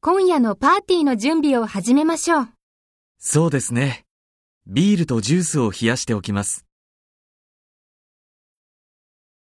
今夜のパーティーの準備を始めましょう。そうですね。ビールとジュースを冷やしておきます。